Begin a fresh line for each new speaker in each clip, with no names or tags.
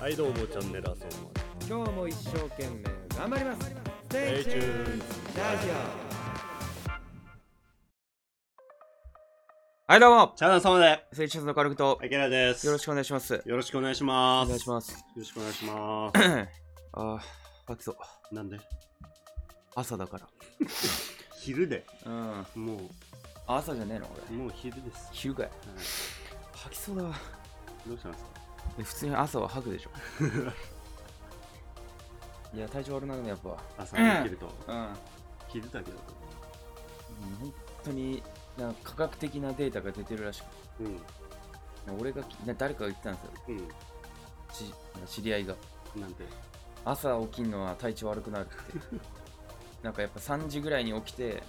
はいどうもチャンネルあそま
今日も一生懸命頑張ります
Stay
Stay
tuned.
tuned ラジオはいどうも
チャンネル様で
スイッチャーズの軽くと
あけらです
よろしくお願いします
よろしくお願いしま
お
す
願いし ます
よろしくお願いします
あー吐きそう
なんで
朝だから
昼で
うん
も
朝じゃねえの俺
うもう昼です、
昼かい
は
吐きそうだわ
い、どうしたんですか
え普通に朝は吐くでしょ いや体調悪なるねやっぱ
朝に起きると、
うん
昼だけだと
本当になんか科学的なデータが出てるらしくて
うん
俺がきな誰かが言ってたんですよ
う
知知り合いが
んなんて
朝起きるのは体調悪くなるって なんかやっぱ3時ぐらいに起きて、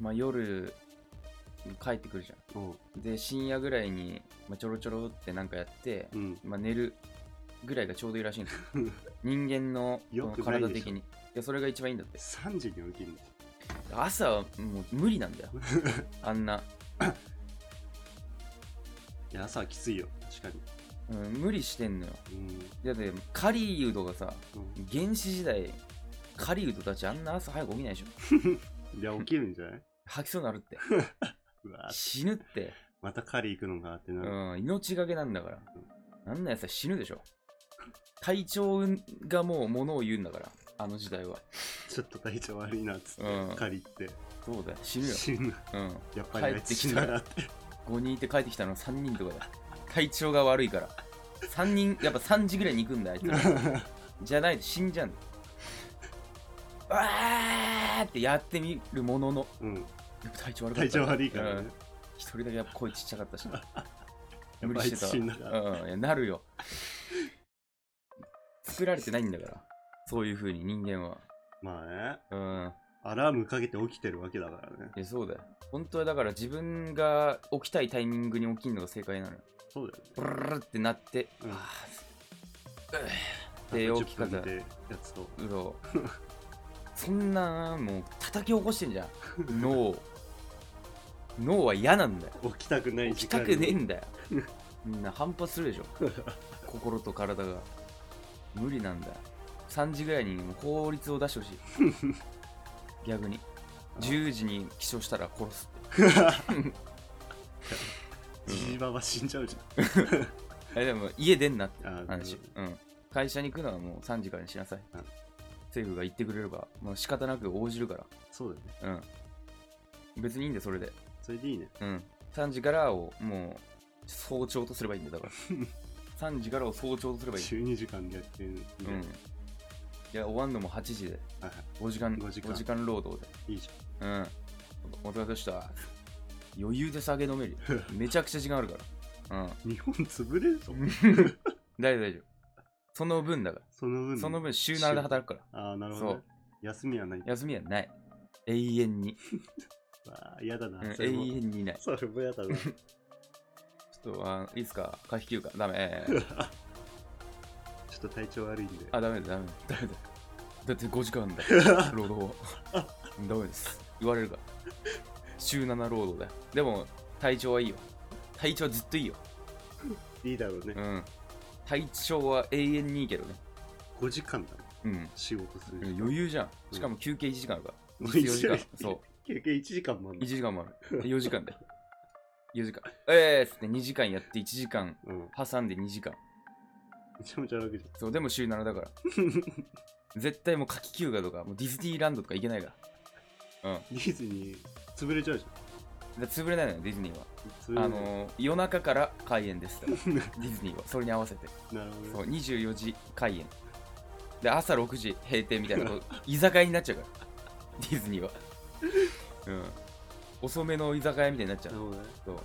まあ、夜帰ってくるじゃ
うん
んで深夜ぐらいに、まあ、ちょろちょろってなんかやって、
うん
まあ、寝るぐらいがちょうどいいら しいんですよ人間の
よ
この
くないでしょ
体的にいやそれが一番いいんだって
3時に起きるんです
朝はもう無理なん だよあんな、
いや朝はきついよ確かに
うん、無理してんのよ
うん
だって狩人がさ
う
原始時代狩人たちあんな朝早く起きないでしょ
んいや起きるんじゃない
吐きそうになるって
うわ
死ぬって、
また狩り行くのかってなる、
うん、命がけなんだからなんなやつは死ぬでしょ体調がもう物を言うんだからあの時代は
ちょっと体調悪いなっつって、
うん
狩り行っ
そうだよ
て
死 ぬよ、
死ぬ
うん、
やっぱりあいつ死んだなって
5人いて帰ってきたの3人とかだよ体調が悪いから3人やっぱ3時ぐらいに行くんだあいつら じゃないと死んじゃうんだようわーってやってみるものの
うん
やっぱ体調悪かっ
体
た
調悪いからね
うん一人だけやっぱ声ちっちゃかっ たしな
やっぱあいつ死んだな
うんいやなるよ作られてないんだからそういう風に人間は
まあね
うん
アラームかけて起きてるわけだからね
いやそうだよ本当はだから自分が起きたいタイミングに起きるのが正解なのよ
そうだよね
ブルルルってなって、
うん
あーで
なん
大
か
きかっ
10
た
分
う
でやつと
ろそんなもう叩き起こしてんじゃん脳を脳は嫌なんだよ
起きたくない時
起きた
間
くねえんだよみんな反発するで しょ心と体が無理なんだよ3時ぐらいにもう法律を出してほしい逆に10時に起床したら殺すって
じじばば死んじゃうじ
あれでも家出んなって
あー
話
なる、
うん、会社に行くのはもう3時からにしなさい、
うん
政府が言ってくれればもう仕方なく応じるか
ゃんそうだよね
ら、うん、別にいいんだよそれで、
それでいいね
うん、3時からをもう早朝とすればいいんだよだから 3時からを早朝とすればいい、
12時間でやってるんで、
うん、いや終わんのも8時で
はいは
5時間
5時間
5時間労働で
いいいじ
うんおお疲れでした余裕で酒飲め るよめちゃくちゃ時間あるからうん
ゃん日本潰れるぞ
大丈夫大丈夫その分だから
その分
その分週7で働くから
ああなるほど、
そ
ね
う、
休みはない
休みはない永遠に、
わあ嫌だな、
うん
それ
永
も
遠にない
それも嫌だな
ちょっとあいいっすか可否休暇ダメ、
ちょっと体調悪いんで
あダメだダ メだダメだだって5時間だよ労働はダメです言われるから週7労働だよでも体調はいいよ体調はずっといいよ
いいだろうね、
うん体調は永遠にいいけどね
5時間だね
うん
仕事する時間
余裕じゃんしかも休憩1時間あるから
もう
14時間
一緒
そう
休憩1時間もあん
1
の
時間もある4時 間だよ4時間ええっつって2時間やって1時間
うんめ
挟んで2時間
ちゃめちゃ楽じ
そう、でも週7だから。 絶対もう夏季休暇とか、もうディズニーランドとか行けないか
ゃんディズニー潰れちゃうじ
ら。だから潰れないのよ、ディズニーは。
ゃん
あのー、夜中から開園 です。だから
潰れない
ディズニーは。それに合わせて。
なるほど
そ
ね
う、24時開園。で、朝6時閉店みたい な、こう居酒屋になっちゃうから。ディズニーは。うん。遅めの居酒屋みたいになっちゃ
な
う
る
の。
ほどね
そう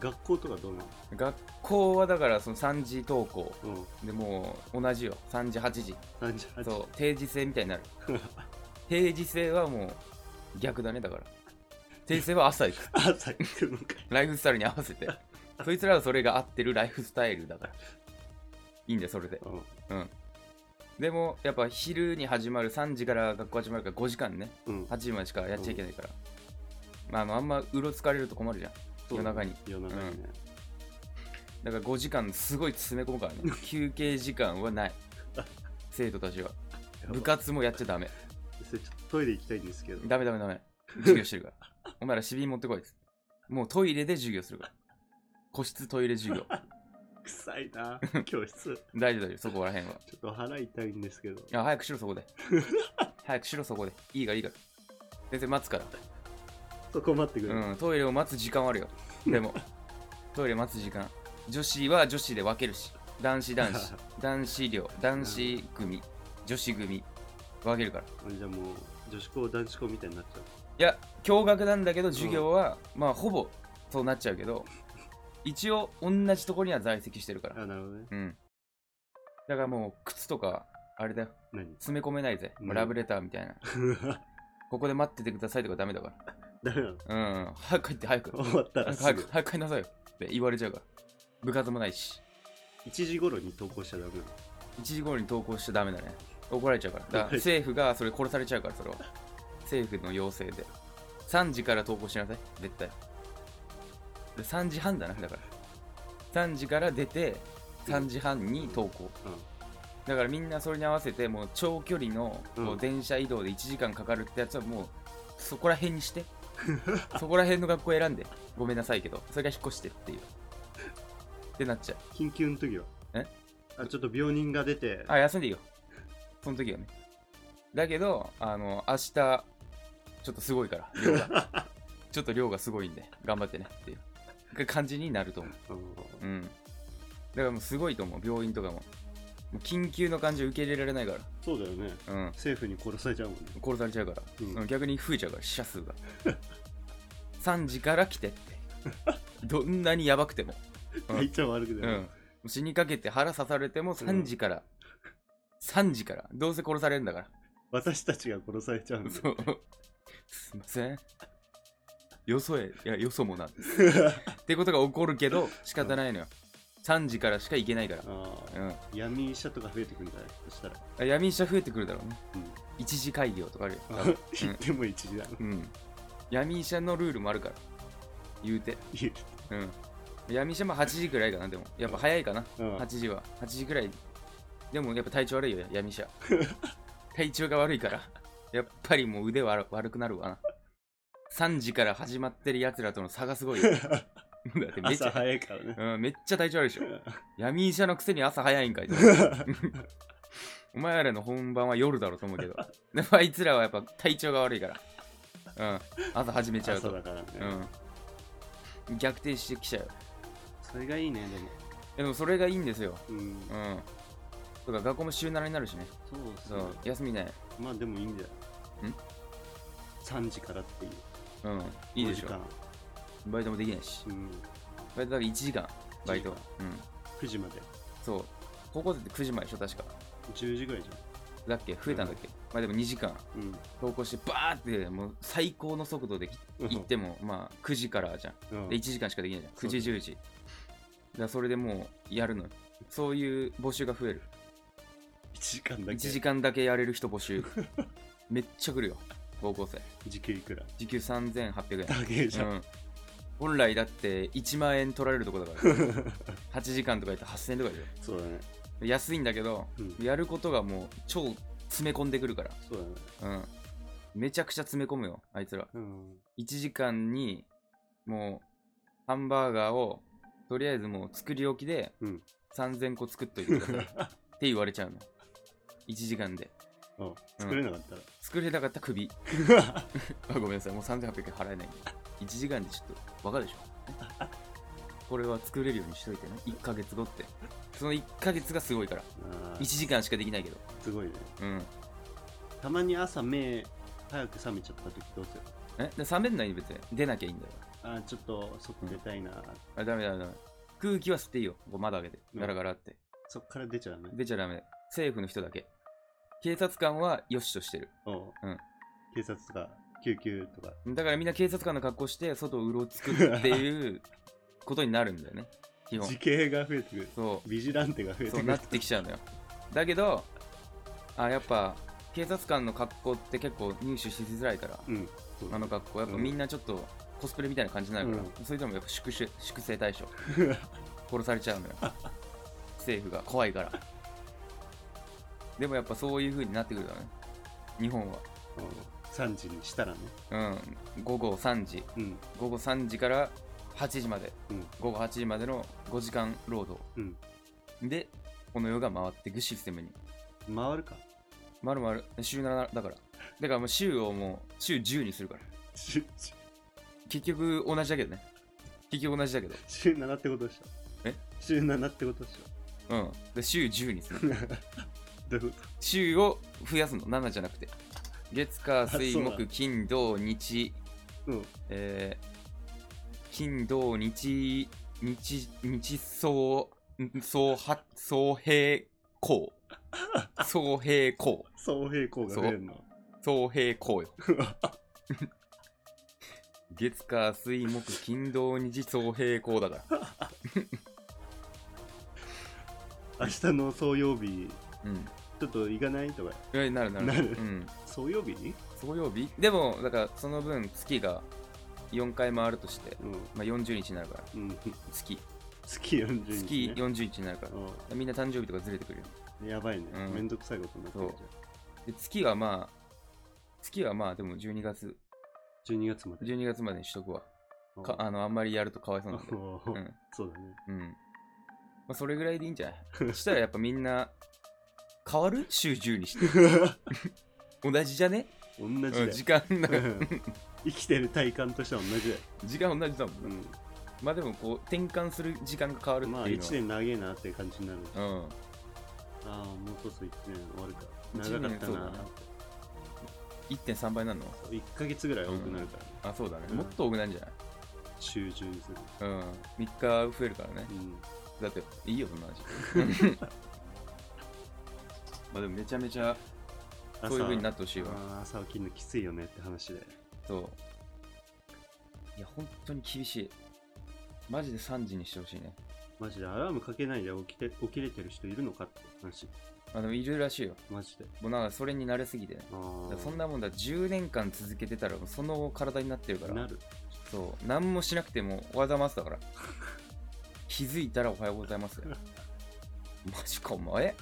学校とかどうなの
学校はだからその3時登校
うん
でもう同じよ3時8時
38
そう定時制みたいになる定時制はもう逆だねだから定時制は朝行く
朝行くのかい
ライフスタイルに合 わせてそいつらはそれが合ってるライフスタイルだからいいんだよそれでうんでもやっぱ昼に始まる3時から学校始まるから5時間ね
うんうん
8時までしかやっちゃいけないから、まあ、あのあんまうろつかれると困るじゃん夜中に
夜中にね
だから5時間すごい詰め込むから ね休憩時間はない生徒たちは
やば
部活もやっち ゃダメ
それちょっとトイレ行きたいんですけど
ダメダメダメ授業してるからお前らシビン持ってこいっつってもうトイレで授業するから個室トイレ授業
臭いな教室
大丈夫大丈夫そこらへんは
ちょっと腹痛いんですけど
あ早くしろそ こで早くしろそこでいいからいいから全然待つから
そこ待ってくれ、
うん、トイレを待つ時間はあるよ。でも、トイレ待つ時間。女子は女子で分けるし、男子 男 子、男子寮、男子組、女子組、分けるから。い
じゃあもう女子校男子校みたいになっちゃ
や、共学なんだけど、授業は、まあ、ほぼそうなっちゃうけど、一応、同じところには在籍してるから
う。あなるほどね
うん。だからもう、靴とか、あれだよ、
何
詰め込めないぜ。
うん
ラブレターみ たいな。ここで待っててくださいとかダメだか
ダメなの
ら。うん、早く帰って、早く。
終わったらす
早く
ぐ
早く帰りなさいよって言われちゃうから部活もないし
1時頃に投稿しちゃダメなの
1時頃に投稿しちゃダメだね怒られちゃうからだから
はい
政府がそれ殺されちゃうからそれは政府の要請で3時から投稿しなさい絶対で3時半だなだから3時から出て3時半に投稿だからみんなそれに合わせてもう長距離の
うん
こう電車移動で1時間かかるってやつはもうそこら辺にしてそこら辺の学校選んでごめんなさいけどそれが引っ越してっていうってなっちゃう
緊急の時は
え
あちょっと病人が出て
あ休んでいいよその時はねだけどあの明日ちょっとすごいから量が ちょっと量がすごいんで頑張ってねっていう感じになると思
う
う
ん
うん。だからもうすごいと思う、病院とかも。もう緊急の感じを受け入れられないか
そうだよね
ら。うん。
政府に殺されちゃうもんね
殺されちゃうから。
うん
うん逆に増えちゃうから、死者 数が。3時から来てって。どんなにやばくても。うん
めっちゃ悪く
う
て
ん。
ね
もう死にかけて腹刺されても3時から。3時から。どうせ殺されるんだか
私たちが殺されちゃうん
ら。
だ
そう。すいません。よそへ。いや、よそもな。ってことが起こるけど、仕方ないのよ。3時からしか行けないから。
あー
うん。
闇医者とか増えてくるんじゃないそしたら、
あ闇医者増えてくるだろうね。
うん
一時開業とかあるよ。多分
言っても一時だな
うん。闇医者のルールもあるから。言うて。
言
うん。闇医者も8時くらいかな、でも。やっぱ早いかな、
ううん
8時は。8時くらい。でもやっぱ体調悪いよ、闇 医者。体調が悪いから。やっぱりもう腕は悪悪くなるわな。3時から始まってる奴らとの差がすご いよ。だってめっち
朝
ゃ、
早いからね
うん、めっちゃ体調悪 いでしょ。闇医者のくせに朝早いんかいと。お前らの本番は夜だろうと思うけど。でもあいつらはやっぱ体調が悪いから。うん。朝始めちゃう
朝
と。
だからね、
うん。逆転してきちゃう。
それがいいねでも
でもそれがいいんですよ。
うん
うん。とか学校も週7になるしね。
そうそ
そうう。休みない。
まあでもいいんじゃない
ん
?3 時からっていう
うん。いいでし
5時
ょ。
間
バイトもできないし。
うん、
バイトだから1時間。バイト。うん。
9時まで
そう。高校生って9時前でしょ、確か。
10時ぐらいじ
だっけ増えたんだっけ、まあでも2時間。
ゃんうん
投稿してバーってもう最高の速度で行っても、まあ9時からじゃん。
うん
で1時間しかできないじゃん
そう
9時10時だからそれでもうやるのそういう募集が増える
一時間だけ
1時間だけやれる人募集めっちゃ来るよ高校生
時給いくら
時給3800
だけじゃ
円、
ん、
うん、本来だって1万円取られるとこだから 8時間とかやったら8000円とかでし
そうだね
ょ安いんだけど、
うん
やることがもう超詰め込んでくるか
そうだね
ら、うん、めちゃくちゃ詰め込むよあいつら
うん
1時間にもうハンバーガーをとりあえずもう作り置きで
うん
3000個作っといてくださいって言われ ちゃうの1時間で
うん作れなかったら、
作れなかったら首 あごめんなさいもう3800円払えない1時間でちょっとわかるでしょこれは作れるようにしといてね1ヶ月後ってその1ヶ月がすごいから
あ
1
ー
時間しかできないけど
すごいね
うん
たまに朝目早く覚めちゃった時どうする
えで冷めんない別に出なきゃいいんだよ
あーちょっと外出たいな、
あダメダメダメ空気は吸っていいよこう窓開けて
うん
ガラガラって
そっから出ちゃうね
出ちゃダメ。政府の人だけ。警察官はよしとしてる。
おう
うん
警察とか救急とか
だからみんな警察官の格好して外をうろつくっていうことになるんだよね。基本
時。系が増えてくる
そ
ビジランテが増
う。
えて
そ
く
うな
る
ってきちゃうのよ。だけど、あ、やっぱ警察官の格好って結構入手しづらいから、
うんそう
あの 格好。やっぱみんなちょっとコスプレみたいな感じになるから、それでもやっぱ粛々粛清対象。殺されちゃうのよ政府が怖いからでもやっぱそういう風になってくるよね日本は
3時にしたらね
うん午後3時
うん
午後3時から8時まで、
うん
午後8時までの5時間労働
うん
でこの世が回っていくシステムに
回るか
まるまる週7だからだからもう週をもう週10にするから
週
結局同じだけどね結局同じだけど
週7ってことでしょ
え
週7ってことでしょ
うんで週10にする
どういうこ
週を増やすの7じゃなくて月火水
そうなん
木金土日
とうん
えー、金土日日日総ん総は総平行総平行
総平行が増えるの
総平行よ月火水木金土日総平行だから
明日の総曜日
うん
ちょっと行かないとか
えなるなる
なる
うん
総曜日に
総曜日でもだからその分月が4回回るとして、
うん
まあ、40日になるから
うん
月
月40日、ね、
月40日になるから、みんな誕生日とかずれてくるよ
うんやばいね、
うん
めんどくさいことになってる
で月はまあ月はまあでも12月
じゃん12月まで
12月までにしとくわ
うん
かあのあんまりやるとかわいそうなんで
お
う
ー
ん
そうだね
うん、まあ、それぐらいでいいん じゃないしたらやっぱみんな変わる週10にして 同じじゃね、
同
うん、
じ
時
だ
間だから
よ、うん 生きてる体感としては同じだよ、
時間同じだもんな、
うん
まあでもこう転換する時間が変わるっていうの
ま
は
あ、1年長えなっていう感じになる
うん
ああもうそろそろ1年終わるか長
1
かった
年そうだ
な
な1.3倍なの
1ヶ月ぐらい多くなるから、
あそうだね、
うん
もっと多くないんじゃない
週中にする、
うん3日増えるからね
うん、
だっていいよそんな話 まあでもめちゃめちゃ
朝
そういう風になってほしいわ
あー朝起きるのきついよねって話で
そういや本当に厳しいマジで3時にしてほしいね
マジでアラームかけないで起きて起きれてる人いるのかって話
あでもいるらしいよ
マジで
もうなんかそれに慣れすぎて
あ
だか
ー
らそんなもんだ10年間続けてたらもうその体になってるから
なる
そう何もしなくてもおはようございますだから 気づいたらおはようございますだ よマジかお前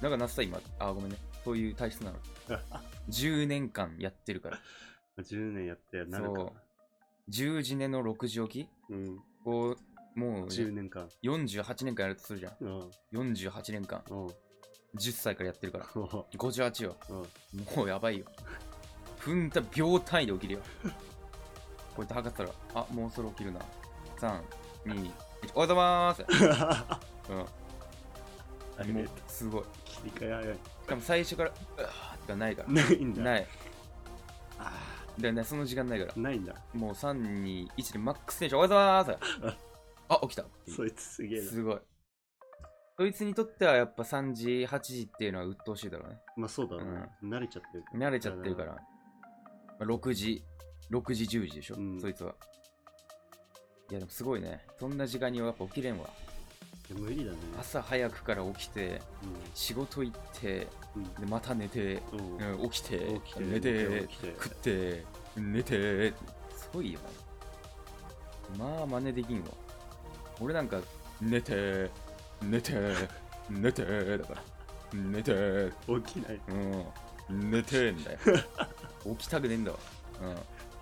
なんかなさい今あごめんねそういう体質 なの10年間やってるから
10年やってなるか
そう10時寝の6時起き
うん
をもう
10年間
48年間やるとするじゃん
うん
48年間
うん
10歳からやってるから
うん
58よ
うん
もうやばいよ踏んだ秒単位で起きるよこうやって測ったらあもうそろ起きるな321おはようございます、う
あれ
ん、も
ね
うすごい
切り替え早い
しかも最初からうわーとかないから
ないんだ
ない
あ
だよねその時間ないから
ーないんだ
もう321でマックステーションおはようございますあ起きたっていう
そいつすげえな
すごい。そいつにとってはやっぱ3時、8時っていうのは鬱陶しいだろうね。
まあそうだな、慣れちゃってる
慣れちゃってるから。まあ6時、6時、10時でしょ、
うん
そいつは。いやでもすごいね。そんな時間にはやっぱ起きれんわ。
いや無理だね
朝早くから起きて、仕事行って、
うん
でまた寝て、
うんうん
うん起きて、
起きて
寝て、
起きて
食って、寝て、すごいよね。まあ真似できんわ。俺なんか、寝て、寝て、寝て、だから、寝て、
起きない
うん、寝てんだ よ。起きたくねえんだわ。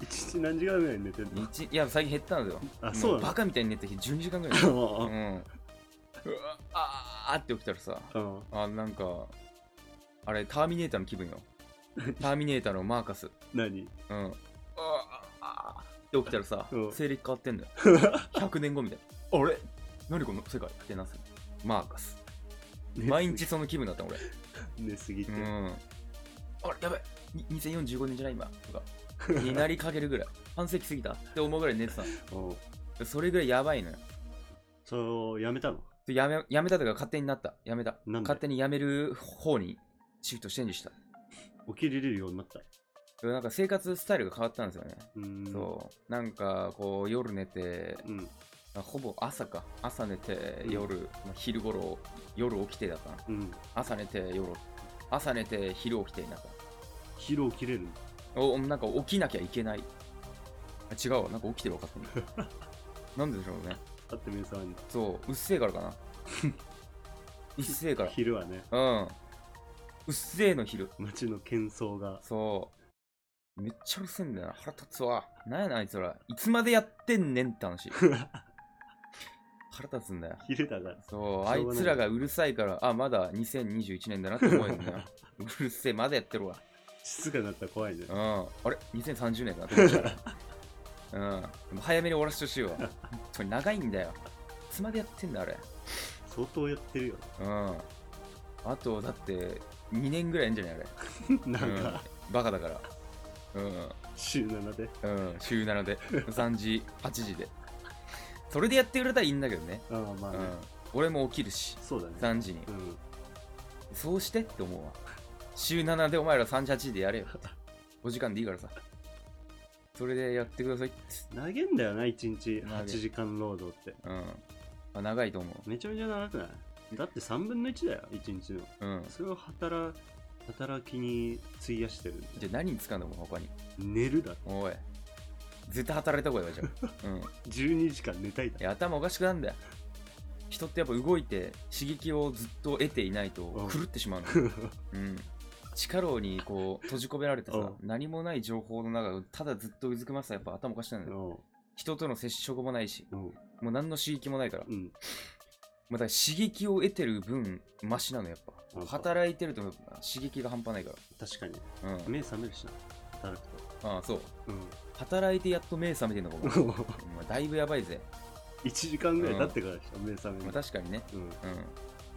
一日何時間ぐらい寝てん
うん、
の
一いや、最近減ったんだよ。
あそう
も
な
バカみたいに寝てきて12時間ぐらい。 うん。
の
うわあーって起きたらさ、
うん
あ、なんか、あれ、ターミネーターの気 分よ。ターミネーターのマーカス。
何
うん。ああって起きたらさ
う、ん
西暦変わってん だよ。100年後みたいな。あれ何この世界ってなすマーカス。毎日その気分だった俺。
寝すぎて、
うん。あれやばいに !2045 年じゃない今とか。になりかけるぐらい。 半世紀過ぎたって思うぐらい寝てた
うん
の。それぐらいやばいのよ。
そうやめたの
でやめやめたとか勝手になった。やめた。
なんで
勝手にやめる方にシフトしてんでした。
起きれるようになった
でもなんか生活スタイルが変わったんですよね。
うーん
そう。なんかこう夜寝て、
うん
まあほぼ朝か朝寝て
うん
夜、まあ昼頃夜起きてだったな
うん
朝寝て夜朝寝て昼起きてになっ
昼起きれるの
たおなん か起きなきゃいけないあ違うわなんか起きてるわ勝手になんででしょうね
パッて目覚まん
そううっせえからか なうっせえか
の昼はね
らうんうっせえの昼
街の喧騒が
そうめっちゃうるせえんだよな腹立つわなんやねんあいつらいつまでやってんねんっ て話腹立つんだよ
昼だから
そう、あ
し
い
ょうがない
つらがうるさいから、あ、まだ2021年だなって思える んだよ。うるせえ、まだやってるわ。
静かになったら怖いね
うん。あれ ?2030 年だなって思っちゃう。うん。でも早めに終わらせてほしいわ。本当に長いんだよ。いつまでやってんだ、あれ。
相当やってる よ
うん。あと、だって、2年ぐらいいんじゃないあ
なん
れ。うん
か、。
バカだから。うん。
週7で
うん。週7で。3時、8時で。それでやってくれたらいいんだけどね。
ああま
う
あね、
ん。俺も起きるし、
そうだね
3時に。
うん
そうしてって思うわ。週7でお前ら38でやれよ。お時間でいいからさ。それでやってくださいって。
長げんだよな1日
長い
8時間労働って
うん。まあ、長いと思
めちゃめちゃ長くないだって3分の1だよ1日の
う。うん。
それを働働きに費やしてるんだよ
じゃあ何に使うんだもん、他に。
寝るだ
おい。絶対働いた方がいいわ、 じゃあ。うん。い
12時間寝たいだ
や、頭おかしくなんだよ。人ってやっぱ動いて刺激をずっと得ていないと
うん
狂ってしまうの。 うん。力にこう閉じ込められてさ、
う
何もない情報の中をただずっとうずくまってたらやっぱ頭おかしくなるんだよ。
おう
人との接触もないし、
おう
もう何の刺激もないから。
うん
まあ、だから刺激を得てる分、マシなのやっ
なんか
ぱ。働いてると刺激が半端ないか
確かに
ら。うん。
目覚めるしな働くと
ああ、そう。
うん
働いてやっと目覚めてんのかも。 お前だいぶやばいぜ。
1時間ぐらい経ってからでしょ目覚め
まあ、
る
確かにね。
うん
うん。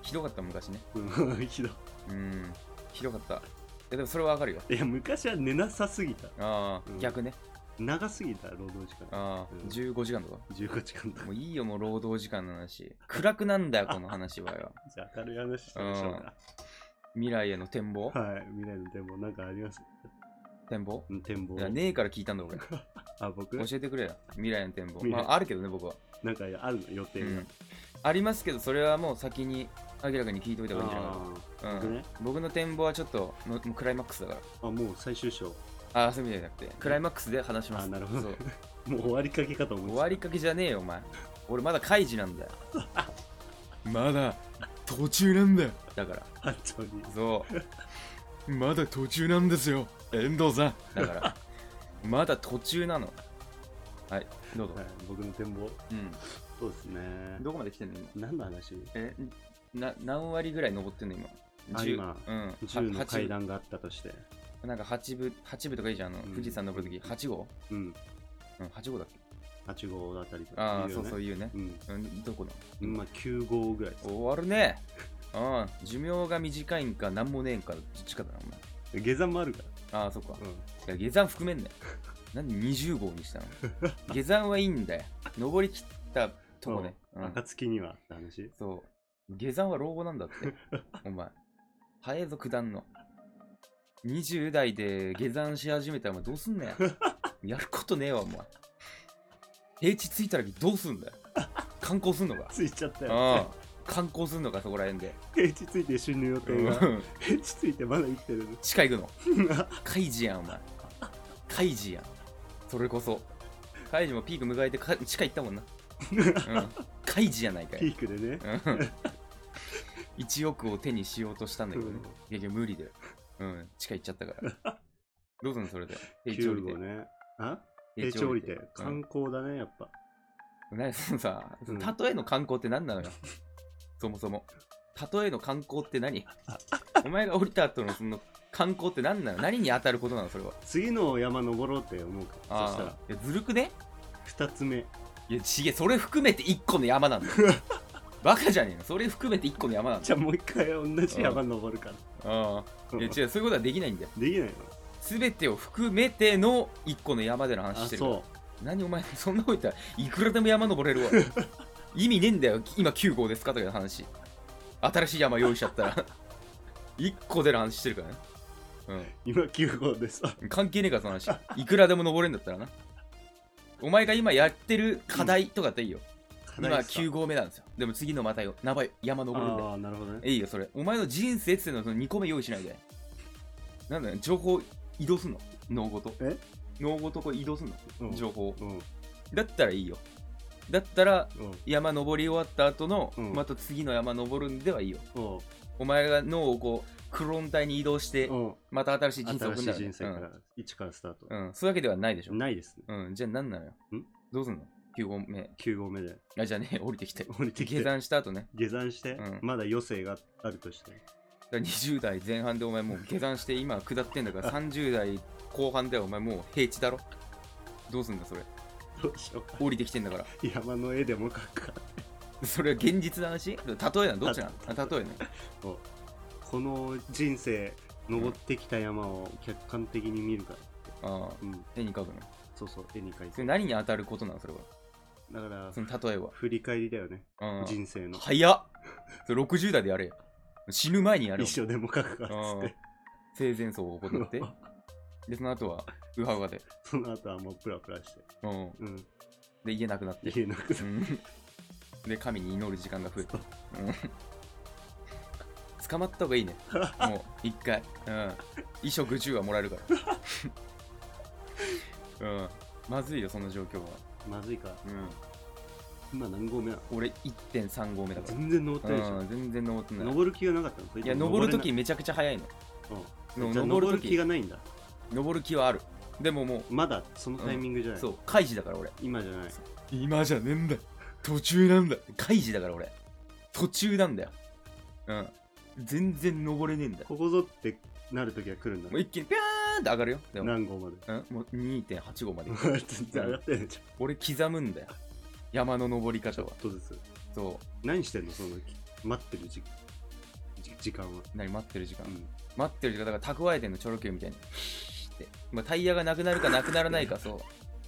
ひどかった昔ね。
うん ひどい
うん。ひどかった。いやでもそれはわかるよ。
いや昔は寝なさすぎた
ああ、
うん
逆ね。
長すぎた労働時間
ああ、
うん
15時間とか。
15時間とか
もういいよ、もう労働時間の話。暗くなんだよ、この話は よ。
じゃあ明るい話してみましょうか
未来への展望
はい未来の展望なんかあります
展望
うん展望
いや、ねえから聞いたんだ、俺。
あ僕
教えてくれよ。未来の展望。
未
ま
来
あ、あるけどね、僕は。
なんかあるの予定が
うんありますけどそれはもう先に明らかに聞いといた方がいいんじゃない
あー
かな、うん
僕ね
僕の展望はちょっともうもうクライマックスだか
ーあもう最終章
らあそういう意味じゃなくてクライマックスで話します
あーなるほど
そう
もう終わりかけかと思い
終
ま
わりかけじゃねえよお前俺まだ開 示なんだよまだ途中なんだよだから
本当に
そうまだ途中なんですよ遠藤さんだからまだ途中なのはいどうぞ、
はい僕の展望
う
そうですね
んどこまで来てんの今
何の話
えな何割ぐらい登ってんの今
あ
10
今
うんは
10の
8
階段があったとして
なんか八部、八部とかいいじゃん、あの、
うん
富士山登るとき、八号
うん
うん、八号だっけ
8号あたりと
あ
か
あ、
いる
そ
よ
う
ね
そう、言うね。
うん
うん、どこの
今9号ぐらいです
終わるね。ああ、寿命が短いんか、なんもねえんか、どっちかだな、お前。
下山もあるか
ああ、そっか。い
ら、
や、下山含めんね。なんで20号にしたの下山はいいんだよ。登り切ったとこね。
う、
うんん、
暁にはって話
そう。下山は老後なんだって。お前。早いぞ、下んの。20代で下山し始めたらお前どうすんねん。やることねえわ、お前。平地着いた時どうすんだよ。観光すんのか。
ついちゃった
あ
よ
あ観光すんのか、そこら辺で。
平地ついて死ぬ予定が
うん
平地 ついてまだ生きてる
地下行くの。 カイジやん、お前。カイジやん。それこそ。カイジもピーク迎えてか地下行ったもんな。うん、カイジやないかい
ピ。ークでね
うん1億を手にしようとしたんだけど
う
ね
ん。
いやいや、無理だよ。うん、地下行っちゃったから。 どうすんのそれで。
9号ねあ平地降りて
うん
観光だねやっぱ
何そのさ
うん、
例えの観光って何 なのよ。そもそも。例えの観光って何お前が降りた後のその観光って何なの何に当たることなのそれは。
次の山登ろうって思うからそした
ああ。いやずるくね
ら2つ目
いや、ちげえ、それ含めて1個の山なん だよ。バカじゃねえのそれ含めて1個の山なんだ
じゃあもう一回同じ山登るから
よ。うん。いや、違う、そういうことはできないんだよ。
できないの
全てを含めての一個の山での話
あ
してるから
そ
何お前そんなこと言ったらいくらでも山登れるわ 意味ねえんだよ今9号ですかとかいう話新しい山用意しちゃったら1個での話してるからね
う今9号でさ
うん関係ねえからその話いくらでも登れんだったらなお前が今やってる課題とかっていいよ、今9号目なんですよでも次のまたよ名前山登るんだよ
ああなるほどね
いいよそれお前の人生っていうのはその2個目用意しないでなんだよ情報移動すんの脳ごと
え
脳ごとこう移動すんの、
うん
情報
うん
だったらいいよだったら
うん
山登り終わった後の、
うん
また次の山登るんではいいよ
おう
お前が脳をこうクローン体に移動して、
うん
また新しい人生を
新し
送んだ
い
よね
人生から、一からスタート、
うん、うん、そういうわけではないでしょ、
ないですね
うん、じゃあ何なのよ
ん
どうすんの ?9 合目
9合目で
あじゃあね降りてきて
降りてき
下
て
山した後ね
下山して、
うん
まだ余生があるとして
だから20代前半でお前もう下山して今下ってん だから30代後半ではお前もう平地だろどうすんだそれ
どうしようか
降りてきてんだから
山の絵でも描くか
それは現実の話例えなのどっちなのあ例えね
おこの人生登ってきた山を客観的に見るから、
ああ
うん、
絵に描くの
そうそう絵に描い
そ
て
れ何に当たることなのそれは
だから
その例えは
振り返りだよね
うん
人生の
早っそれ60代でやれよ死ぬ前にやれよ
一生でも描くからっつっ
うん
て
生前葬を 行ってでその後はウハウハで、
その後はもうプラプラして、
うん、
うん、
で家なくなって
言えなくな
う
る
んで神に祈る時間が増えて、うん、捕まった方がい いねもう一回、うん、衣食住はもらえるから、 うん、まずいよその状況は、
まずいか
うん、
今何合目なの
俺1.3合目だか
全然登って
ら
ないでしょ、
うん、全然登ってない
登る気がなかったのそれ
い
と
や
も
登るとき
れな
めちゃくちゃ早いの
うん
の
じゃあ
登
登
る
る
時
気がないんだ
登る気はあるでもも
まだそのタイミングじゃ
う
ない、
そう開示だから俺
今じゃない
今じゃねえんだ途中なんだ開示だから俺途中なんだようん全然登れねえんだよ
ここぞってなるときが来るんだ
もう一気にピャーンって上がるよでも
何号まで
うんもう2.8号まで行く
全然上がってないじゃんち
俺刻むんだよ山の登り方は
ょっとずつ
そ
何してんのその時待ってる時じ時間は、
う何待ってる時間、
うん
待ってる時間だから蓄えてんのチョロ Q みたいにって、まあ、タイヤがなくな るかなくならないかそう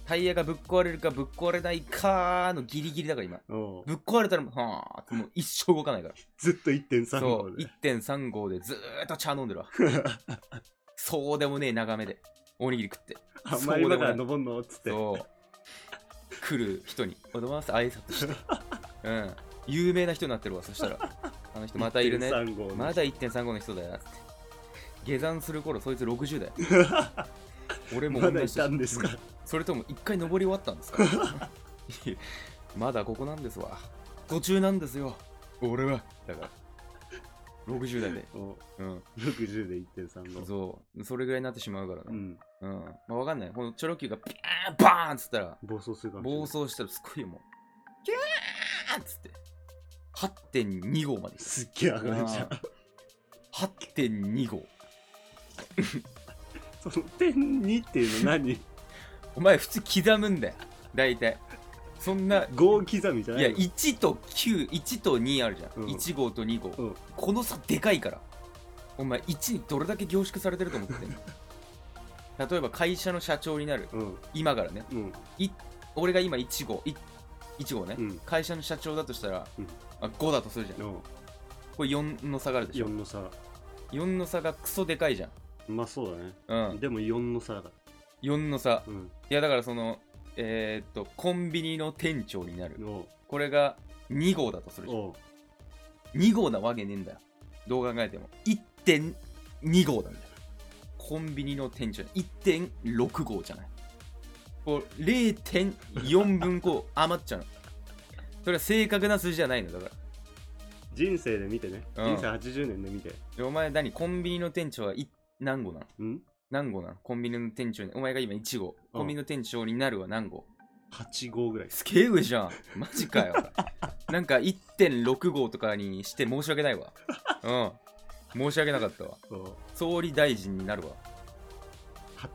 タイヤがぶっ壊れるかぶっ壊れないかのギリギリだから今
おう
ぶっ壊れたらもうはーってもう一生動かないから
ずっと1.3
そ
号
う
で
1.3号でずーっと茶飲んでるわ そうでもねえ眺めでおにぎり食って
あんまり今から登んのっつって
そう来る人に「おはようございます」挨拶してうん有名な人になってるわそしたらあの人またいるね
1.3号の
まだ1.35の人だよなって下山する頃そいつ60だよ俺も
ま
同
だい
じ
たんですか
それとも一回登り終わったんですかいやまだここなんですわ途中なんですよ俺はだから60代で
おう
うん
60で1.3号
そうそれぐらいになってしまうからな
う
うん、
ん
まあ分かんないこのチョロ Q がピャーンバーンっつったら
暴走するかもしれな
暴
い
走したらすごいよもうキャーっつって8.2 号まで
すっげえ上がるじゃん
8.2号
その点2っていうの 何
お前普通刻むんだよ大体そんな
?5 刻みじゃ
い
ない
や
の
1と91と2あるじゃん、
うん
1号と2号、
うん
この差でかいからお前1にどれだけ凝縮されてると思ってんの例えば会社の社長になる
うん
今からね
うん
い俺が今1号い1号ね、
うん
会社の社長だとしたら、
うん
あ、5だとするじゃん
おう
これ4の差があるでしょ
4の差
4の差がクソでかいじゃん。
まあそうだね
うん。
でも4の差だか
4の差。
らうん
いや、だからその、えーっと、コンビニの店長になる。
おう
これが2号だとするじゃん。
おう
2号なわけねえんだよ。どう考えても。1.2号なんだよ。コンビニの店長。1.6号じゃない。こう、0.4分こう余っちゃうの。それは正確な数字じゃないのだから。
人生で見てね
うん
人生80年で見て
でお前何コンビニの店長はい何号なの
うん
何号なのコンビニの店長に。お前が今1号。コンビニの店長になるは何号
8号ぐらい
スケ上じゃん。マジかよ。なんか1.6号とかにして申し訳ないわ。うん。申し訳なかったわ。
おう
総理大臣になるわ。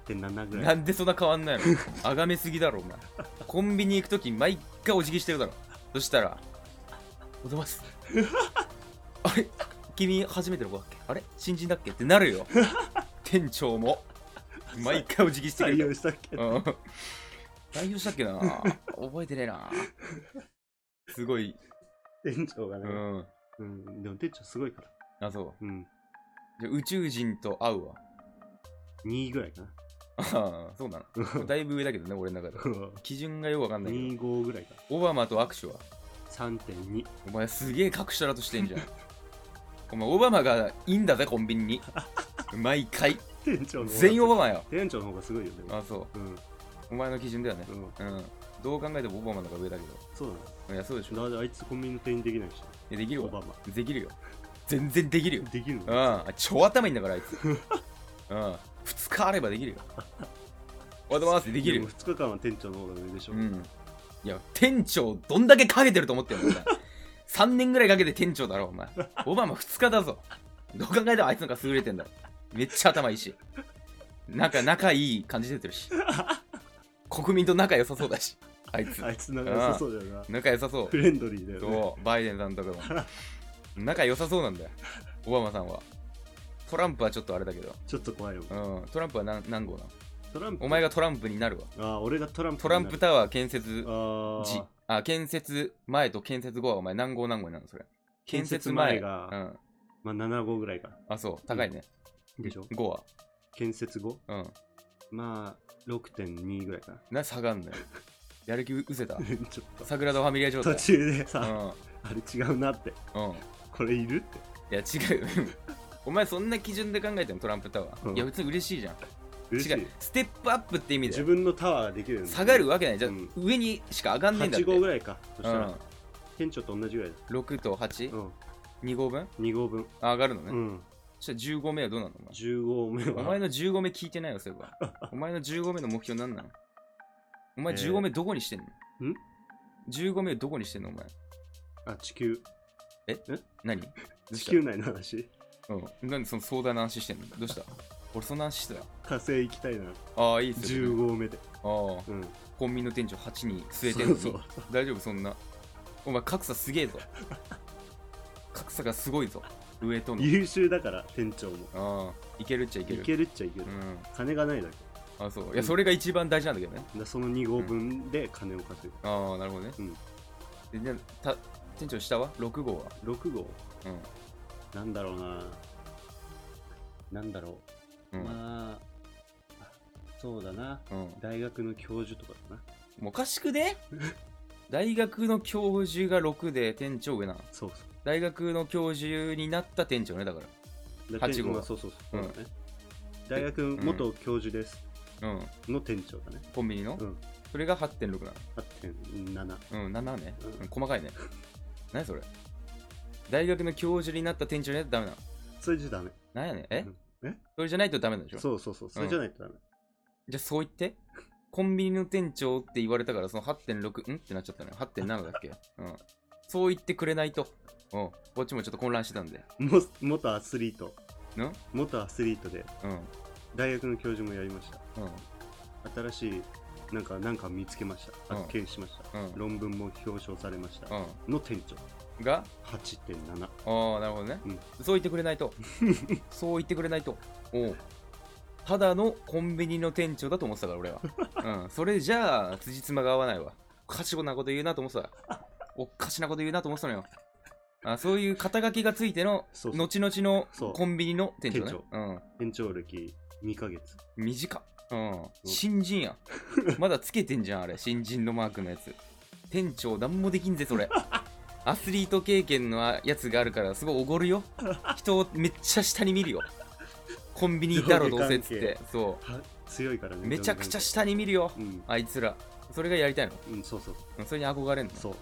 8.7ぐら
ないんでそんな変わんないのあがめすぎだろ、お前。コンビニ行くとき毎回お辞儀してるだろ。そしたら、おざます。あれ君初めての子だっけあれ新人だっけってなるよ。店長も。毎回お辞儀してく
採
るから
用したっけ
うん代表したっけな覚えてねえなすごい
店長が
う
ね
ん
うんでも店長すごいから
あそう
うん
じゃあ宇宙人と会うわ
2ぐらいかな
あーそうなのだいぶ上だけどね俺の中では 基準がよくわかんないけ
2
ど
号ぐらいか
オバマと握手は
3.2
お前すげえ格下だとしてんじゃん お前オバマがいいんだぜコンビニに 毎 回
店長の方が
全員オバマよ
店長の方がすごいよでも
あそ
うん
うお前の基準だよね
うん
うんどう考えてもオバマの方が上だけど
そうだね
いやそう でしょ
だってあいつコンビニの店員できないし
いやできる
オバ
わ
マ
できるよ全然できるよ
できるの
うんあ超頭いいんだからあいつうん2日あればできる よおはようございますできるよ
も2日間は店長の方が上でしょ、
うんいや店長どんだけかけてると思ってんのお 前3年ぐらいかけて店長だろお前オバマ2日だぞどう考えてもあいつの方が優れてんだろめっちゃ頭いいしなんか仲いい感じ出てるし国民と仲良さそうだしあいつ
あいつなんか良さそうだよな
仲良さそう
フレンドリーだよね
そうバイデンさんとかも仲良さそうなんだよオバマさんはトランプはちょっとあれだけど、
ちょっと怖いよ
うん、トランプは何何号なの
トランプ
お前がトランプになるわ
ああ俺がトランプ
トランプタワー建設
あ
時
あ
あ建設前と建設後はお前何号何号になるのそれ
建設前が
建設前うん
まあ7号ぐらいか
あそう高いね、
でしょ
5は
建設後
うん
まあ6.2ぐらいかな
な下がんのよやる気うせた
ちょっと
桜田ファミリア 状
途
態
中で
う
さ、あれ違うなって
んうん
これいるって
いや違う お前そんな基準で考えてもトランプタワー、
うん
いや別に嬉しいじゃん
嬉し
違
いう
ステップアップって意味だ
自
よ
分のタワーができるよね
下がるわけないじゃん、
う
上にしか上がんないんだって
8号ぐらいかそしたら、
うん
店長と同じぐらいだ、
6と8、
うん、
2号分
2号分、
あ上がるのね、
うん、
そしたら15目はどうなのお前
10号目は
お前の15目聞いてないよそういえばお前の15目の目標なんなのお前
えー
15目どこにしてんの、
ん
?15 目どこにしてんのお前
あ地球
何どう
地
した
球内の話
うんなんでその壮大な話してんのどうした俺そんな話してたよ
火星行きたいな
ああいいっすよ
10号目で、
ああ
うん、
コンビニの店長8に据えてんのに
そう
大丈夫そんなお前格差すげえぞ格差がすごいぞ上との
優秀だから店長も
ああいけるっちゃいけ
い
る
けるっちゃいける、
うん
金がないだけ
あそういうや
ん
それが一番大事なんだけどね
だその2号分で金を稼ぐ、
ああなるほどね
うん
でじゃあた店長下は6号は
6号
う
なんだろうななんだろ
ん
う、
うん、
まああそうだな
うん、
大学の教授とかだな
もうおかし くね大学の教授が6で店長上なの
そうそ
大学の教授になった店長ねだか
う
八号
店長はそうそうそう、
うん
そうだね大学元教授です
らうん
の店長だね
コンビニの、
うん
それが8.6な
8.7
のうん7ね、
うん
うん、細かいね何それ大学の教授になった店長になったらダメなの
それじゃダメ
何やねんえ
うんえ
それじゃないとダメなんでしょ
そうそうそうそれじゃないとダメ、
じゃあそう言って。コンビニの店長って言われたから、その8.6、んってなっちゃったね。8.7だっけうん。そう言ってくれないと。うん。こっちもちょっと混乱してたんで。
も元アスリート
んうん。
元アスリートで
うん。
大学の教授もやりました新しいなんかなんか見つけました
うん
発見しました、
うん。
論文も表彰されました、
う
の店長
ん。が
8.7
ああ、なるほどね、
うん
そう言ってくれな いと。そう言ってくれないと。おうただのコンビニの店長だと思ってたか ら、俺は。うん。それじゃあ、辻褄が合わないわ。おかしなこと言うなと思ってた。おかしなこと言うなと思ってたのよ。あそういう肩書きがついての、
そうそう
後々の
そう
コンビニの店長ね。
店
うん。
延長歴2ヶ月
短っ。うん。新人やん。まだつけてんじゃん、あれ。新人のマークのやつ。店長、なんもできんぜ、それ。アスリート経験のやつがあるから、すごいおごるよ。人をめっちゃ下に見るよ。コンビニ行ったろ、どうせっつって。そ
は強いから
う。
ね
めちゃくちゃ
し
下に見るよ
う。ん、
あいつら。それがやりたいの。
うん、そうそう
うんそれに憧れんの。
そう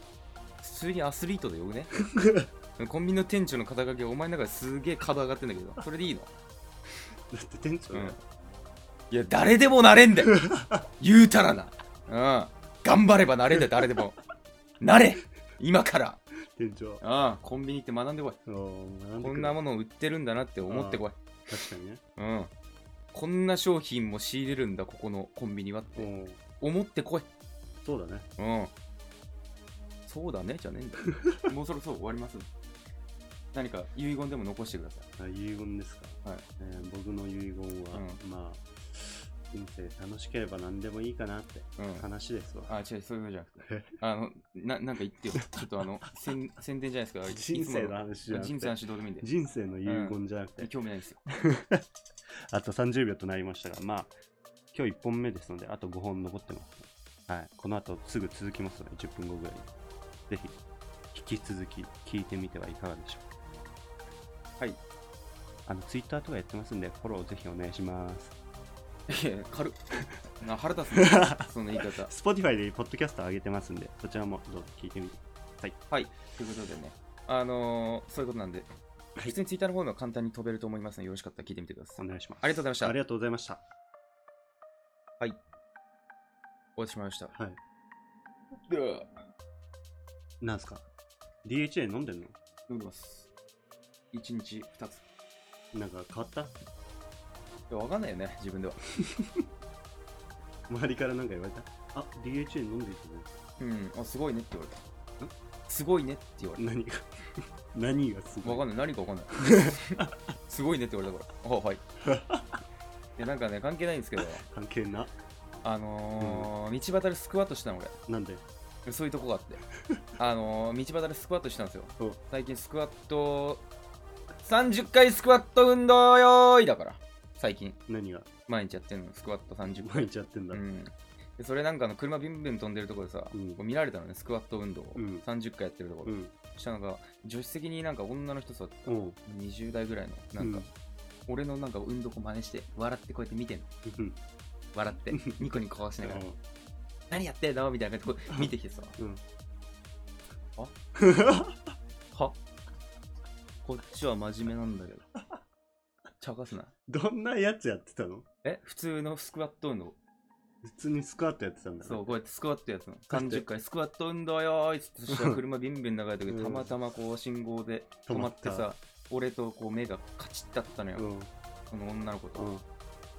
普通にアスリートで呼ぶね。コンビニの店長の肩書き、お前の中ですげえ株上がってんだけど、それでいいの
だって店長だよ、
いや、誰でもなれん だよ。言うたらな。うん。頑張ればなれんだよ、 誰でも。なれ今から。
店長
うん。コンビニって学んでこい。
おー学でく
こ
れ
んなものを売ってるんだなって思ってこい。
確かにね
うん。こんな商品も仕入れるんだ、ここのコンビニはっ
お
て。
ー
思ってこい。
そうだね
うん。そうだね、じゃねえんだ よ。もうそろそろ終わります。何か遺言でも残してください。
あ遺言ですか、
はい
えー僕の遺言は、まあ人生楽しければ何でもいいかなって
うん。
話ですわ、
あ、違う、そういうのじゃなくて。 あの、ななんか 言ってよ。ちょっとあの、宣宣伝じゃないですか。
人生の話じゃなくて
人生の話どうでもいいんで。
人生の遺言じゃなくて、
興味ない ですよ。
あと30秒となりましたがまあ今日1本目ですのであと5本残ってます、はい、この後すぐ続きますので10分後ぐらいにぜひ引き続き聞いてみてはいかがでしょうか
はい
あの Twitter とかやってますんでフォローぜひお願いします
いや、軽っ。な腹 立つね、その言い方。
Spotify でポッドキャスト上げてますんで、そちらもどうぞ聞いてみて。
はい、ということでね、あのーそういうことなんで、普通に Twitter の方の簡単に飛べると思いますので、よろしかったら聞いてみてくださ
お
い。
願いします。
ありがとうございました
ありがとうございました。
お会いしまいました。
はい。
では、
なんすか ?DHA 飲んでんの
飲みます。1日2つ。い
なんか変わった
や、わかんないよね、自分では。
周りからなんか言われたあ、DHA 飲んでるけど
うん、あ、すごいねって言われた。すごいねって言われ
何が 何がす
た。わ
ご
か
い
んない、何かわかん ない。すごいねって言われたから。あ、はい。いや、なんかね、関係ないんですけど、
関係な。
あのー、道端でスクワットしたの、俺。
なんで
そういうとこがあって。あのー、道端でスクワットしたんですよ
うん。
最近スクワット、30回スクワット運動よーいだから。最近、
何が
毎日やってんの、スクワット30回
毎。日やってんだ。
うん。で、それなんかあの車ビュンビュン飛んでるところでさ、
うん
こう見られたのね、スクワット運動を。
うん
30回やってるとこ
う
ろ。
ん。
そしたらなんか、助手席になんか女の人さ、
うん。
20代ぐらいの、なんか、
うん
俺のなんか運動を真似して、笑ってこうやって見てんの。
うん。
笑 って、ニコニコしながら。何やってんのみたいな感じでこう見てきてさ。
うん
ははこっちは真面目なんだけど。 茶化すな。
どんなやつやってたの
え普通のスクワット運動。
普通にスクワットやってたんだ。
そう、こうやってスクワットやつの。30回スクワット運動よーいっつって、そ したら車ビンビン流れてく
う
る。
ん
たまたまこう信号で止まって
止ま
さ、俺とこう目がカチッだったのよ。
うん。
その女の子
う
と。
ん。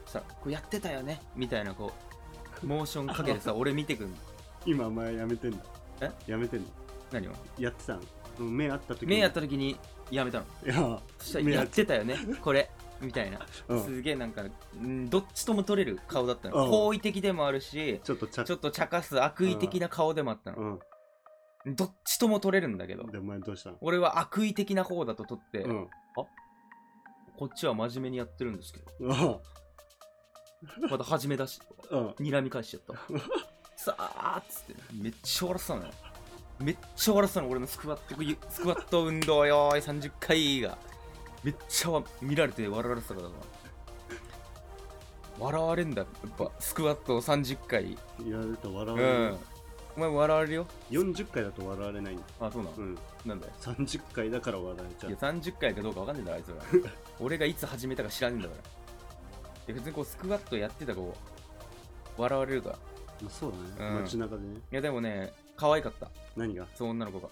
そしたら、こうやってたよねみたいなこ う、モーションかけてさ、俺見てくんの。
今、お前やめてんだ。
え
やめてんの
何を
やってたのうん目あった時に
目やった時にやめたの。
いや、
そしたらやってたよね、これ、みたいな。
うん、
すげえなんか、んどっちとも取れる顔だった
うん
の。好意的でもあるし、
ちょっとちゃ
ちょっと茶化す悪意的な顔でもあったの。
うん。
どっちとも取れるんだけど、
で、お前どうしたの
俺は悪意的な方だと取って、
うん。
こっちは真面目にやってるんですけど、
うん。
また初めだし、
うん。
睨み返しちゃった。 さあっつって、めっちゃ笑ってたのよ。めっちゃ笑ってたの、俺のスクワット、スクワット運動よーい、30回が。めっちゃ見られて笑われてたからな。笑われんだ、やっぱ、スクワットを30回。
やると笑わ
う
れ
ん
る。。
お前笑われるよ。
40回だと笑われないんだ。
あ、そうなの、
うん。
なんだよ。
30回だから笑えちゃ
いや、
う。
30回かどうかわかんねえんだろ、あいつら。俺がいつ始めたか知らねえんだから。いや、別にこう、スクワットやってた子、笑われるから。い
まあ、そうだ
う
ね。
ん
街中でね。
や、でもね、可愛かった。
何が
その女の子が。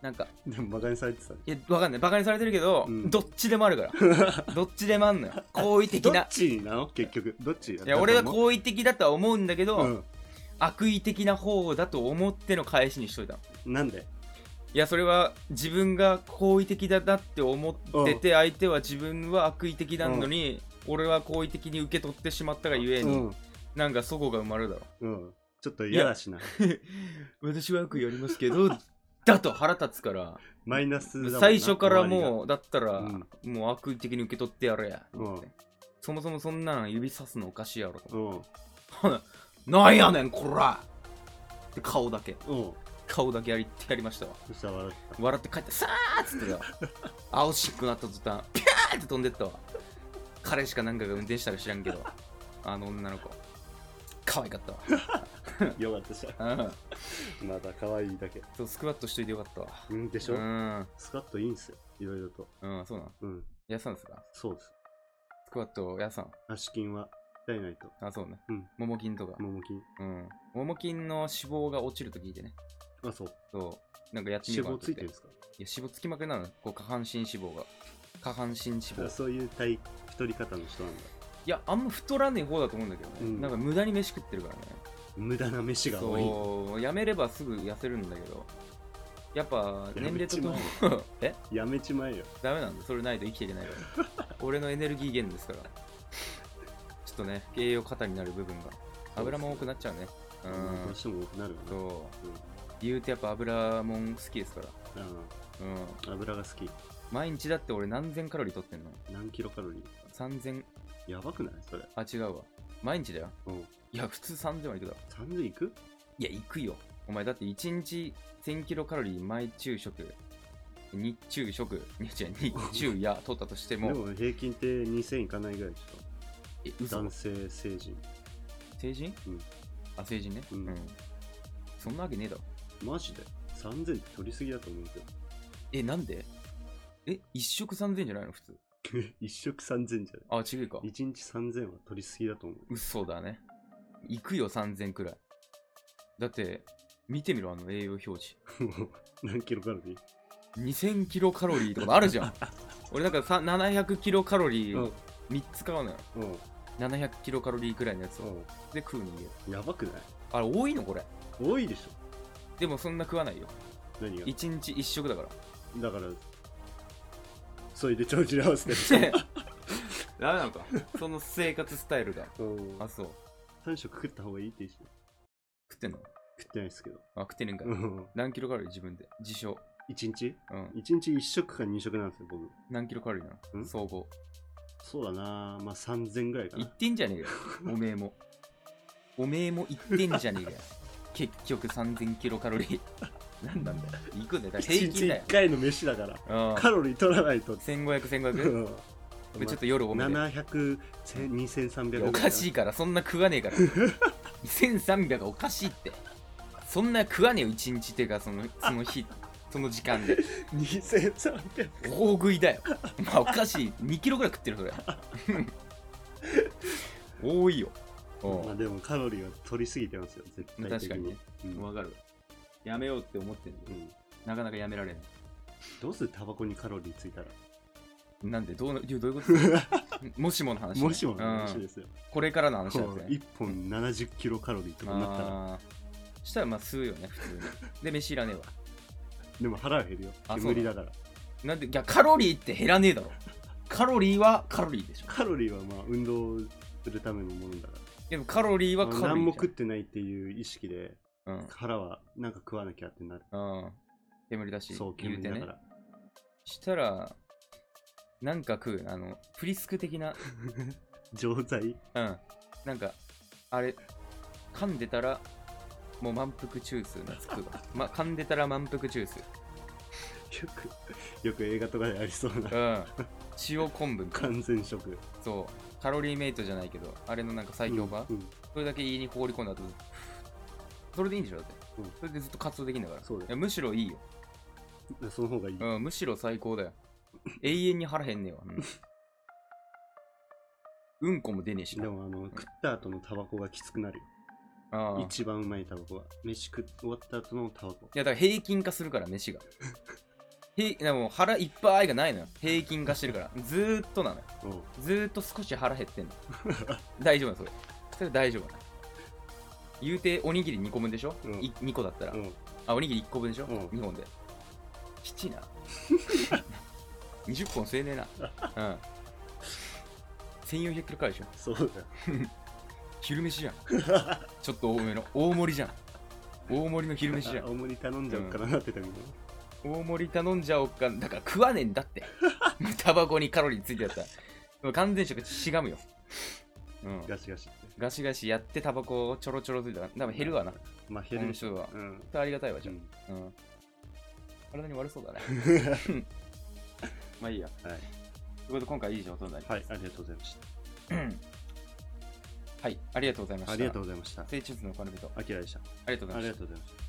なんか、
でも、馬鹿にされてたね。
いや、わかんない。バカにされてるけど、
うん
どっちでもあ るから。どっちでもあんのよ。好意的
ど
な
っ。ちなの結局。どっち
いや、俺は
う。
好意的だとは思うんだけど、
うん。
悪意的な方だと思っての返しにしといたの。
なんで
いや、それは自分が好意的だなって思ってて、相手は自分は悪意的なのに、俺は好意的に受け取ってしまったがゆえ
う
に、
ん。
なんかそこが生まれるだろ。
うん。ちょっと嫌だしな。
私は悪意ありますけど、 だと腹立つから、
マイナスだもんな
最初から
周
もう、だったら、
うん
もう悪意的に受け取ってやれや、と思って
う
そもそもそんなん指さすのおかしいやろと
りが。
うん、なんやねん、こらって顔だけ、
うん。うん。
顔だけやりやりましたわ。
そしたら笑って
笑って帰って、さーっつってた。青しくなった途端、ピャーって飛んでったわ。彼しかなんかが運転したら知らんけど、あの女の子、可愛かったわ。
た。よかったじゃ
うん、
ん。まだ可愛いだけ。
そうスクワットしといてよかったわ。
うんでし
う
ょ
ん、
スカッといいんすよ。いろいろと。
うん、そうなの。
うん。
やさんですか
そうです。
スクワット、やさん。
足筋は鍛えないと。
あ、そうね。
うん
もも筋とか。
もも筋。
うん。もも筋の脂肪が落ちると聞いてね。
あ、そう。
そう。なんかやってみ
脂
ようか
肪つい
なと思って
るんですか
いや、脂肪つきまくりなのよ。こう、下半身脂肪が。下半身脂肪。
そういう体、太り方の人なんだ。
いや、あんま太らねえ方だと思うんだけどね。
うん
なんか無駄に飯食ってるからね。
無駄な飯が多い。
そう、やめればすぐ痩せるんだけど。やっぱ、
や
年
め
齢と
ち
と
ま
も
え
に。 え
やめちまえよ。
ダメなんだ。それないと生きていけない から。俺のエネルギー源ですから。ちょっとね、栄養過多になる部分が。油も多くなっちゃうね。う。
どうんしても多くなるわな。
そう。
うん
言うてやっぱ油もん好きですから。うん。
うん油が好き。
毎日だって俺何千カロリー取ってんの
何キロカロリ
?3000、
ーやばくないそれ。
あ、違うわ。毎日だよ。
うん。
いや、普通3000はいくだろ。
3000いく
いや、行くよ。お前だって1日1000キロカロリー毎昼食、日中食、いや違う、日中や取ったとして
で
も、
も平均って2000いかないぐらいでしょ。
え、嘘
男性成人。
成人、
うん
あ、成人ね、
う
うんん。そんなわけねえだろ。
マジで ?3000 って取りすぎだと思うけど。
え、なんでえ、一食3000じゃないの普通。
一食3000じゃない
あ、違うか。
一日3000は取りすぎだと 思う。
嘘だね。行くよ、3000くらい。だって、見てみろ、あの栄養表示。
何キロカロリー
2000キロカロリーとかあるじゃ ん。俺なんかさ700キロカロリ
うん
ー3つ買うのよ。
うん
700キロカロリーくらいのやつを。
う
で、食うのよ。
んやばくない
あれ、多いのこれ。
多いでしょ
でもそんな食わないよ。
何が
1日1食だから。
だからそれで調子に合わせて
ダメなのか。その生活スタイルが。
うん
あ、そう。
3食食った方がいいって言うし
食ってんの
食ってないですけど
あ、食ってねえんかい。
うん
何キロカロリー自分で。自称。
1日
うん。
1日1食か2食なんですよ僕
何キロカロリーなんの総合。
そうだなまあ3000ぐらいか
言
な
ってんじゃねえよ。おめえも。おめえも言ってんじゃねえ よ。結局3000キロカロリー。なんなんだよ。行くんだよ。だから平
1日
均だよ
1。回の飯だから
うん。
カロリー取らないと
1500、
う
1500?
ん
でちょっと夜多めで。
700千2300
いやおかし
い
いから、そんな食わねえから。1300おかしいって。そんな食わねえよ、一日っていうか、そのその日、その時間で。
2300
大食いだよ。まあ、おかしい。2キロぐらい食ってる、それ。多いよ。お
まあでもカロリーは取りすぎてますよ絶対的
確かにね
うん
かる。やめようって思ってる
うん
なかなかやめられない。
どうするタバコにカロリーついたら
なんで、どういやどういうことですか もしもの話ね、
もしもの
う
話
ん
ですよ。
これからの話なんですね。
1本70キロカロリーとかになったら、
あーしたら、まあ、吸うよね、普通に。で、飯いらねえわ。
でも腹は減るよ。
あ
煙だから。
なんで、いや、カロリーって減らねえだろ。カロリーはカロリーでしょ。
カロリーはまあ運動するためのものだか
でもカロリー
ら。
はカロ
何
リー
も
じ
食ってないっていう意識で、
ゃん。
腹はなんか食わなきゃってなる。
うん。うん。煙だし、
そう、
言
煙
うて
だ
ね
か。ら。
したら、なんか食う、あの、プリスク的な、
錠剤
うん。なんか、あれ、噛んでたら、もう満腹中枢のつく わ。ま、噛んでたら満腹中枢。
よく、よく映画とかでありそうな
う。 ん。塩昆布みたいな。
完全食。
そう。カロリーメイトじゃないけど、あれのなんか最強版、
うんうん
それだけ胃に放り込んだと、それでいいんでしょだって。
うん
それでずっと活動できるんだから。
そうだよ
いやむしろいいよ。
その方がいい。
うん、むしろ最高だよ。永遠に腹減んねえわ。 うん、うんこも出ねえし
で
な。
もあの、食った後のタバコがきつくなるよ。
ああい
一番うまいタバコは。飯食っ終わった後のタバコ。
や、だから平均化するから、飯が。へいでも腹いっぱいがないのよ。平均化してるから。ずーっとなのよ。
うん
ずーっと少し腹 減ってんの。大丈夫なのそれ。それ大丈夫なの言うて、おにぎり2個分でしょ、
うん
?2 個だったら。
うん。
あ、おにぎり1個分でしょ、
う
うん ?2 本で。きちいな。20本吸えねえな。うん。1400キロからいでしょ
そうだよ。
昼飯じゃんちょっと多めの大盛りじゃん大盛りの昼飯じ
あ
ゃ ん
大盛り頼んじゃおうかななってたけど。
大盛り頼んじゃおっかんだから食わねえんだってタバコにカロリーついてやったらもう完全食しがむよ、うん、
ガシガシって。
ガシガシやってタバコをちょろちょろついたら多分減るわなこ
まあ減る
の
でしょ。
人は
うん。
ありがたいわじ
う
ゃ
ん
あ、うん、体に悪そうだね まあいいや
はい、
ということで今回いい情報になりま
はい、ありがとうございまし。
すはいありがとうございましたた
ありがとうございました。
聖地図のお金人
あきらでした。
ありがとうござい
あり
まし
が
た
とうございました。